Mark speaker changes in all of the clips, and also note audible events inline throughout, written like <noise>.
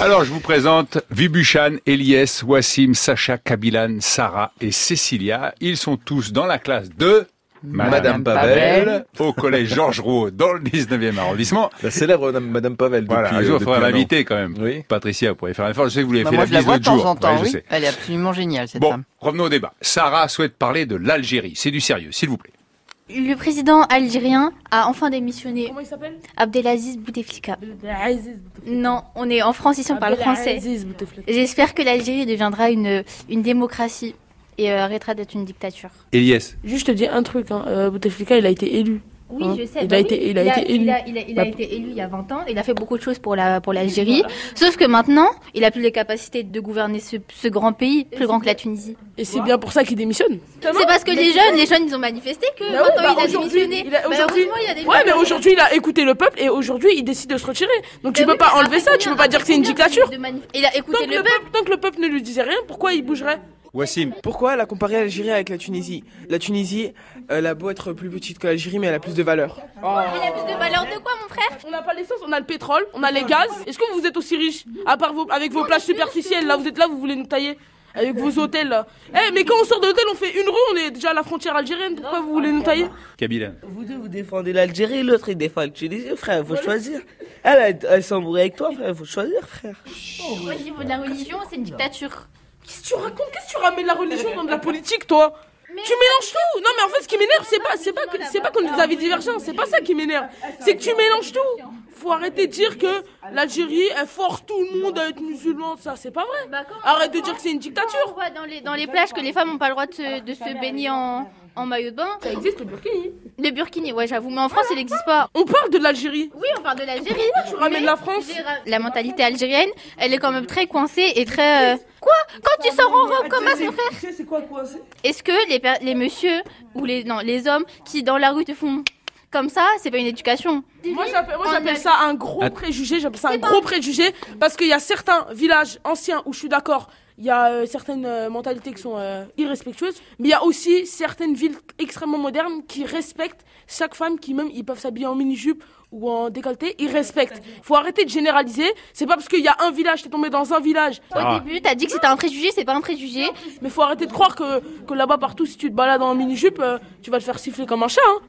Speaker 1: Alors, je vous présente Vibuchan, Eliès, Wassim, Sacha, Kabilan, Sarah et Cécilia. Ils sont tous dans la classe de
Speaker 2: Madame Pavel.
Speaker 1: au collège Georges Rouault dans le 19e arrondissement.
Speaker 2: La célèbre Madame- Madame Pavel.
Speaker 1: Voilà,
Speaker 2: depuis,
Speaker 1: un
Speaker 2: euh,
Speaker 1: jour, il
Speaker 2: depuis
Speaker 1: faudra
Speaker 2: un an.
Speaker 1: l'inviter quand même.
Speaker 2: Oui.
Speaker 1: Patricia, vous pourrez faire un effort. Je sais que vous l'avez
Speaker 3: Bah,
Speaker 1: fait
Speaker 3: moi,
Speaker 1: la
Speaker 3: je la
Speaker 1: bise
Speaker 3: vois de
Speaker 1: l'autre
Speaker 3: temps
Speaker 1: jour.
Speaker 3: en temps,
Speaker 1: Ouais, je
Speaker 3: oui.
Speaker 1: sais.
Speaker 3: Elle est absolument géniale, cette
Speaker 1: Bon,
Speaker 3: femme.
Speaker 1: revenons au débat. Sarah souhaite parler de l'Algérie. C'est du sérieux, s'il vous plaît.
Speaker 4: Le président algérien a enfin démissionné.
Speaker 5: Comment il s'appelle
Speaker 4: Abdelaziz Bouteflika.
Speaker 5: Aziz
Speaker 4: Non, on est en France ici, on parle français.
Speaker 5: Aziz Bouteflika.
Speaker 4: J'espère que l'Algérie deviendra une, une démocratie et euh, arrêtera d'être une dictature.
Speaker 1: Eliès,
Speaker 5: Juste, je te dis un truc, hein. euh, Bouteflika, il a été élu.
Speaker 4: Oui,
Speaker 5: Hein
Speaker 4: je sais.
Speaker 5: Il
Speaker 4: bah
Speaker 5: a
Speaker 4: oui.
Speaker 5: été- il a été élu.
Speaker 4: Il a, il a- il a
Speaker 5: Bah,
Speaker 4: été élu il y a 20 ans. Il a fait beaucoup de choses pour la pour l'Algérie. Sauf que maintenant, il a plus les capacités de gouverner ce, ce grand pays, plus grand que la Tunisie.
Speaker 5: Et c'est bien pour ça qu'il démissionne.
Speaker 4: C'est parce que les jeunes, les jeunes, ils ont manifesté que
Speaker 5: Bah oui,
Speaker 4: maintenant,
Speaker 5: bah
Speaker 4: il a
Speaker 5: aujourd'hui,
Speaker 4: démissionné.
Speaker 5: il a-
Speaker 4: Bah,
Speaker 5: aujourd'hui-
Speaker 4: heureusement, il a démissionné.
Speaker 5: Ouais, mais aujourd'hui, il a écouté le peuple et aujourd'hui, il décide de se retirer. Donc, tu
Speaker 4: Bah
Speaker 5: peux
Speaker 4: oui,
Speaker 5: pas
Speaker 4: mais
Speaker 5: enlever
Speaker 4: après,
Speaker 5: ça, tu peux pas
Speaker 4: combien-
Speaker 5: dire que c'est une
Speaker 4: combien de-
Speaker 5: dictature.
Speaker 4: de manif- Il a écouté
Speaker 5: Tant que,
Speaker 4: le
Speaker 5: le
Speaker 4: peuple.
Speaker 5: peuple, tant que le peuple ne lui disait rien, pourquoi il bougerait
Speaker 1: Wassim,
Speaker 6: Pourquoi elle a comparé l'Algérie avec la Tunisie La Tunisie, elle a beau être plus petite que l'Algérie, mais elle a plus de valeur.
Speaker 4: Il a plus de valeur de quoi, mon frère
Speaker 5: On n'a pas l'essence, on a le pétrole, on a les gaz. Est-ce que vous êtes aussi riches À part vos, avec vos plages superficielles, là, vous êtes là, vous voulez nous tailler avec vos hôtels là. Eh mais quand on sort de l'hôtel on fait une rue, on est déjà à la frontière algérienne, pourquoi vous voulez nous tailler
Speaker 1: Kabila.
Speaker 7: Vous deux, vous défendez l'Algérie, l'autre, il défend la Tunisie, frère, faut choisir. Elle, elle, elle s'embrouille avec toi, frère, faut choisir, frère.
Speaker 4: Au niveau de la religion, c'est une dictature.
Speaker 5: Qu'est-ce que tu racontes Qu'est-ce que tu ramènes la religion
Speaker 6: <laughs>
Speaker 5: dans de la politique, toi tu mélanges tout Non mais en fait ce qui m'énerve c'est pas c'est pas que- c'est pas qu'on ait des avis divergents, c'est pas ça qui m'énerve. C'est que tu mélanges tout. Faut arrêter de dire que l'Algérie elle force tout le monde à être musulman, ça c'est pas vrai. Arrête de dire que c'est une
Speaker 4: Bah, On
Speaker 5: dictature.
Speaker 4: voit dans les, dans les plages que les femmes n'ont pas le droit de se, de se baigner en, en maillot de bain.
Speaker 5: Ça existe au Burkini.
Speaker 4: Le burkini, ouais, j'avoue, mais en France, il n'existe pas.
Speaker 5: On parle de l'Algérie.
Speaker 4: Oui, on parle de l'Algérie.
Speaker 5: Tu ramènes la France
Speaker 4: mais La mentalité algérienne, elle est quand même très coincée et très. euh, Quoi Quand tu sors en robe comme ça, mon frère
Speaker 6: Tu sais, c'est quoi coincé
Speaker 4: Est-ce que les, per- les messieurs ou les, non, les hommes qui dans la rue te font comme ça, c'est pas une éducation
Speaker 5: Moi j'appelle, moi,
Speaker 4: En
Speaker 5: j'appelle
Speaker 4: Algérie.
Speaker 5: ça un gros
Speaker 1: Att-
Speaker 5: préjugé, j'appelle ça un
Speaker 4: C'est pas-
Speaker 5: gros préjugé parce qu'il y a certains villages anciens où je suis d'accord, il y a euh, certaines euh, mentalités qui sont euh, irrespectueuses, mais il y a aussi certaines villes extrêmement modernes qui respectent chaque femme qui même ils peuvent s'habiller en mini-jupe ou en décolleté, ils respectent. Faut arrêter de généraliser, c'est pas parce qu'il y a un village, t'es tombé dans un village,
Speaker 4: Au
Speaker 1: Ah.
Speaker 4: début, t'as dit que c'était un préjugé, c'est pas un préjugé.
Speaker 5: mais faut arrêter de croire que, que là-bas partout si tu te balades en mini-jupe, euh, tu vas te faire siffler comme un chat. hein.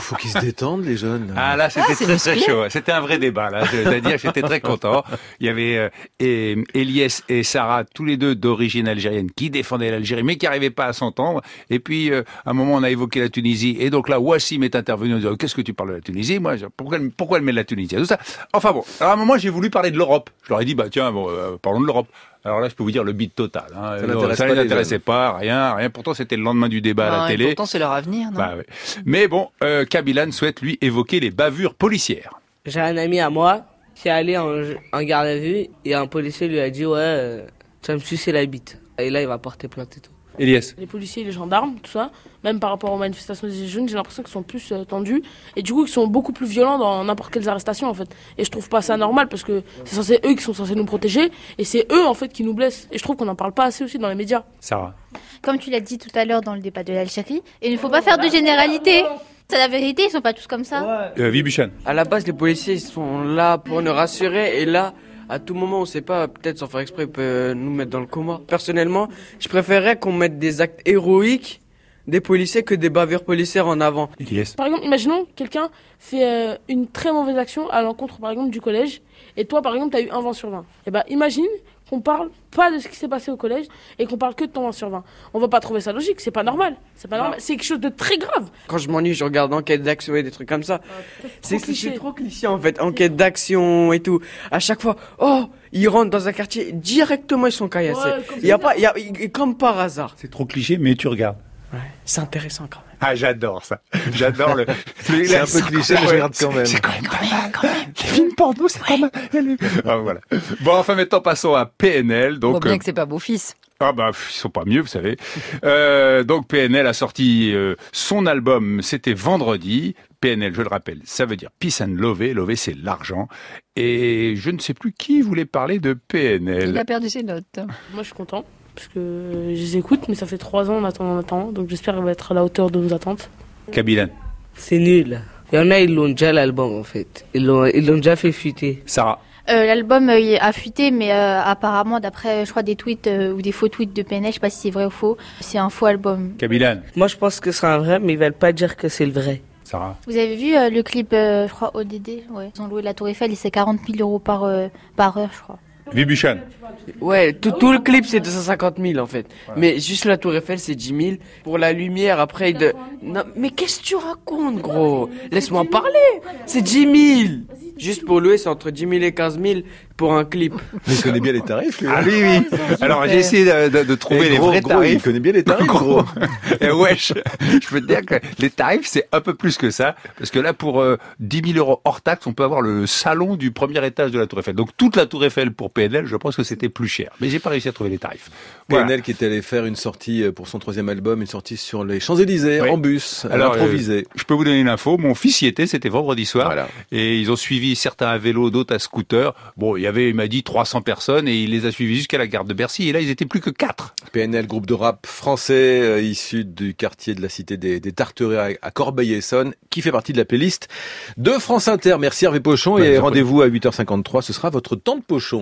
Speaker 2: Faut qu'ils se détendent, les jeunes.
Speaker 1: Ah là, c'était très chaud. C'était un vrai débat là. C'est-à-dire, j'étais très content. Il y avait euh, et- Eliès et Sarah, tous les deux d'origine algérienne, qui défendaient l'Algérie, mais qui n'arrivaient pas à s'entendre. Et puis, euh, à un moment, on a évoqué la Tunisie. Et donc là, Wassim est intervenu en disant qu'est-ce que tu parles de la Tunisie Moi, je- pourquoi, elle- pourquoi elle met de la Tunisie Tout ça. Enfin bon. Alors à un moment, j'ai voulu parler de l'Europe. Je leur ai dit bah tiens, bon, euh, parlons de l'europe. Alors là, je peux vous dire le bide total. Hein.
Speaker 2: Ça
Speaker 1: Non,
Speaker 2: n'intéresse
Speaker 1: ça
Speaker 2: pas
Speaker 1: les
Speaker 2: les
Speaker 1: intéressait pas, rien, rien. Pourtant, c'était le lendemain du débat bah, à la
Speaker 3: Non, Ah, et
Speaker 1: télé.
Speaker 3: Pourtant, c'est leur avenir, non
Speaker 1: Bah ouais. Mais bon, euh, Kabilan souhaite lui évoquer les bavures policières.
Speaker 7: J'ai un ami à moi qui est allé en, en garde à vue et un policier lui a dit Ouais, euh, tu vas me sucer la bite. Et là, il va porter plainte et tout.
Speaker 1: Elias.
Speaker 5: les policiers, les gendarmes, tout ça, même par rapport aux manifestations des Gilets jaunes, j'ai l'impression qu'ils sont plus euh, tendus et du coup ils sont beaucoup plus violents dans n'importe quelles arrestations en fait. Et je trouve pas ça normal parce que c'est censé eux qui sont censés nous protéger et c'est eux en fait qui nous blessent. Et je trouve qu'on en parle pas assez aussi dans les médias.
Speaker 1: Sarah.
Speaker 4: Comme tu l'as dit tout à l'heure dans le débat de l'Algérie, il ne faut pas faire de généralité. C'est la vérité, ils sont pas tous comme ça.
Speaker 1: Vibuchan.
Speaker 8: À la base, les policiers ils sont là pour nous rassurer et là, à tout moment, on sait pas, peut-être sans faire exprès, ils peuvent nous mettre dans le coma. Personnellement, je préférerais qu'on mette des actes héroïques des policiers que des bavures policières en avant.
Speaker 1: Elias.
Speaker 5: Par exemple, imaginons quelqu'un fait euh, une très mauvaise action à l'encontre par exemple du collège et toi par exemple t'as eu un 20 sur 20. Et ben imagine qu'on parle pas de ce qui s'est passé au collège et qu'on parle que de ton 20 sur 20. On va pas trouver ça logique, c'est pas normal. C'est pas normal, c'est quelque chose de très grave.
Speaker 8: Quand je m'ennuie, je regarde Enquête d'action et des trucs comme ça. C'est
Speaker 5: Ah, trop cliché.
Speaker 8: c'est trop cliché en fait, Enquête d'action et tout. À chaque fois, oh, ils rentrent dans un quartier, directement ils sont caillassés.
Speaker 5: Ouais, comme
Speaker 8: Il y a
Speaker 5: ça.
Speaker 8: pas, il y a- il- comme par hasard.
Speaker 1: C'est trop cliché, mais tu regardes.
Speaker 8: C'est intéressant quand même.
Speaker 1: Ah, j'adore ça. J'adore le.
Speaker 2: <laughs> C'est un peu cliché, mais je regarde quand même.
Speaker 1: C'est
Speaker 3: Ah,
Speaker 1: quand même pas mal. Les films porno, c'est pas mal. Ah, voilà. Bon, enfin, maintenant, passons à PNL.
Speaker 3: Faut
Speaker 1: Donc,
Speaker 3: bien
Speaker 1: euh,
Speaker 3: que c'est pas beau fils.
Speaker 1: ah bah, pff, ils sont pas mieux, vous savez. Euh, donc, PNL a sorti euh, son album, c'était vendredi. PNL, je le rappelle, ça veut dire Peace and Love. Love, c'est l'argent. Et je ne sais plus qui voulait parler de PNL.
Speaker 3: Il a perdu ses notes.
Speaker 5: Moi, je suis content parce que je les écoute, mais ça fait trois ans on attend, on attend, donc j'espère qu'elle va être à la hauteur de nos attentes.
Speaker 1: Kabilan.
Speaker 7: C'est nul. Il y en a, ils l'ont déjà l'album en fait. Ils l'ont ils l'ont déjà fait fuiter.
Speaker 1: Sarah.
Speaker 4: Euh, L'album euh, il est affûté, mais euh, apparemment, d'après, je crois, des tweets euh, ou des faux tweets de PNL, je sais pas si c'est vrai ou faux, c'est un faux album.
Speaker 1: Kabilan,
Speaker 7: Moi, je pense que c'est un vrai, mais ils veulent pas dire que c'est le vrai.
Speaker 1: Sarah.
Speaker 4: Vous avez vu euh, le clip, euh, je crois, ODD ouais. Ils ont loué la Tour Eiffel et c'est 40 000 euros par, euh, par heure, je crois.
Speaker 1: Vibuchan.
Speaker 8: Ouais,
Speaker 5: Ah
Speaker 8: tout, tout le clip c'est 250 000 en fait. Mais juste la tour Eiffel c'est 10 000. Pour la lumière après il de... Non, mais qu'est-ce que tu racontes gros Laisse-moi parler. C'est 10 000. Juste pour louer c'est entre 10 000 et 15 000 pour un clip.
Speaker 2: Mais il connaît bien les tarifs, lui. hein.
Speaker 1: Ah oui, oui. Alors j'ai essayé de, de- de trouver
Speaker 2: Eh,
Speaker 1: les
Speaker 2: gros,
Speaker 1: vrais
Speaker 2: gros, Il
Speaker 1: tarifs.
Speaker 2: connaît bien les tarifs,
Speaker 1: Gros.
Speaker 2: gros.
Speaker 1: <laughs> Et wesh, Eh je peux te dire que les tarifs, c'est un peu plus que ça. Parce que là, pour euh, 10 000 euros hors taxe, on peut avoir le salon du premier étage de la Tour Eiffel. Donc toute la Tour Eiffel pour PNL, je pense que c'était plus cher. Mais j'ai pas réussi à trouver les tarifs. Voilà.
Speaker 2: PNL qui est allé faire une sortie euh, pour son troisième album, une sortie sur les Champs-Élysées,
Speaker 1: Oui.
Speaker 2: en bus,
Speaker 1: Alors, euh,
Speaker 2: Alors, improvisé.
Speaker 1: Je peux vous donner une info. Mon fils y était, c'était vendredi soir.
Speaker 2: Voilà.
Speaker 1: Et ils ont suivi certains à vélo, d'autres à scooter. Bon, il y avait, il m'a dit, 300 personnes et il les a suivis jusqu'à la gare de Bercy. Et là, ils étaient plus que 4.
Speaker 2: PNL, groupe de rap français, euh, issu du quartier de la Cité des, des Tarterets à, à Corbeil-Essonne, qui fait partie de la playlist de France Inter. Merci Hervé Pochon
Speaker 1: Bah, je
Speaker 2: et
Speaker 1: vous en
Speaker 2: rendez-vous à 8h53. Ce sera votre temps de Pochon.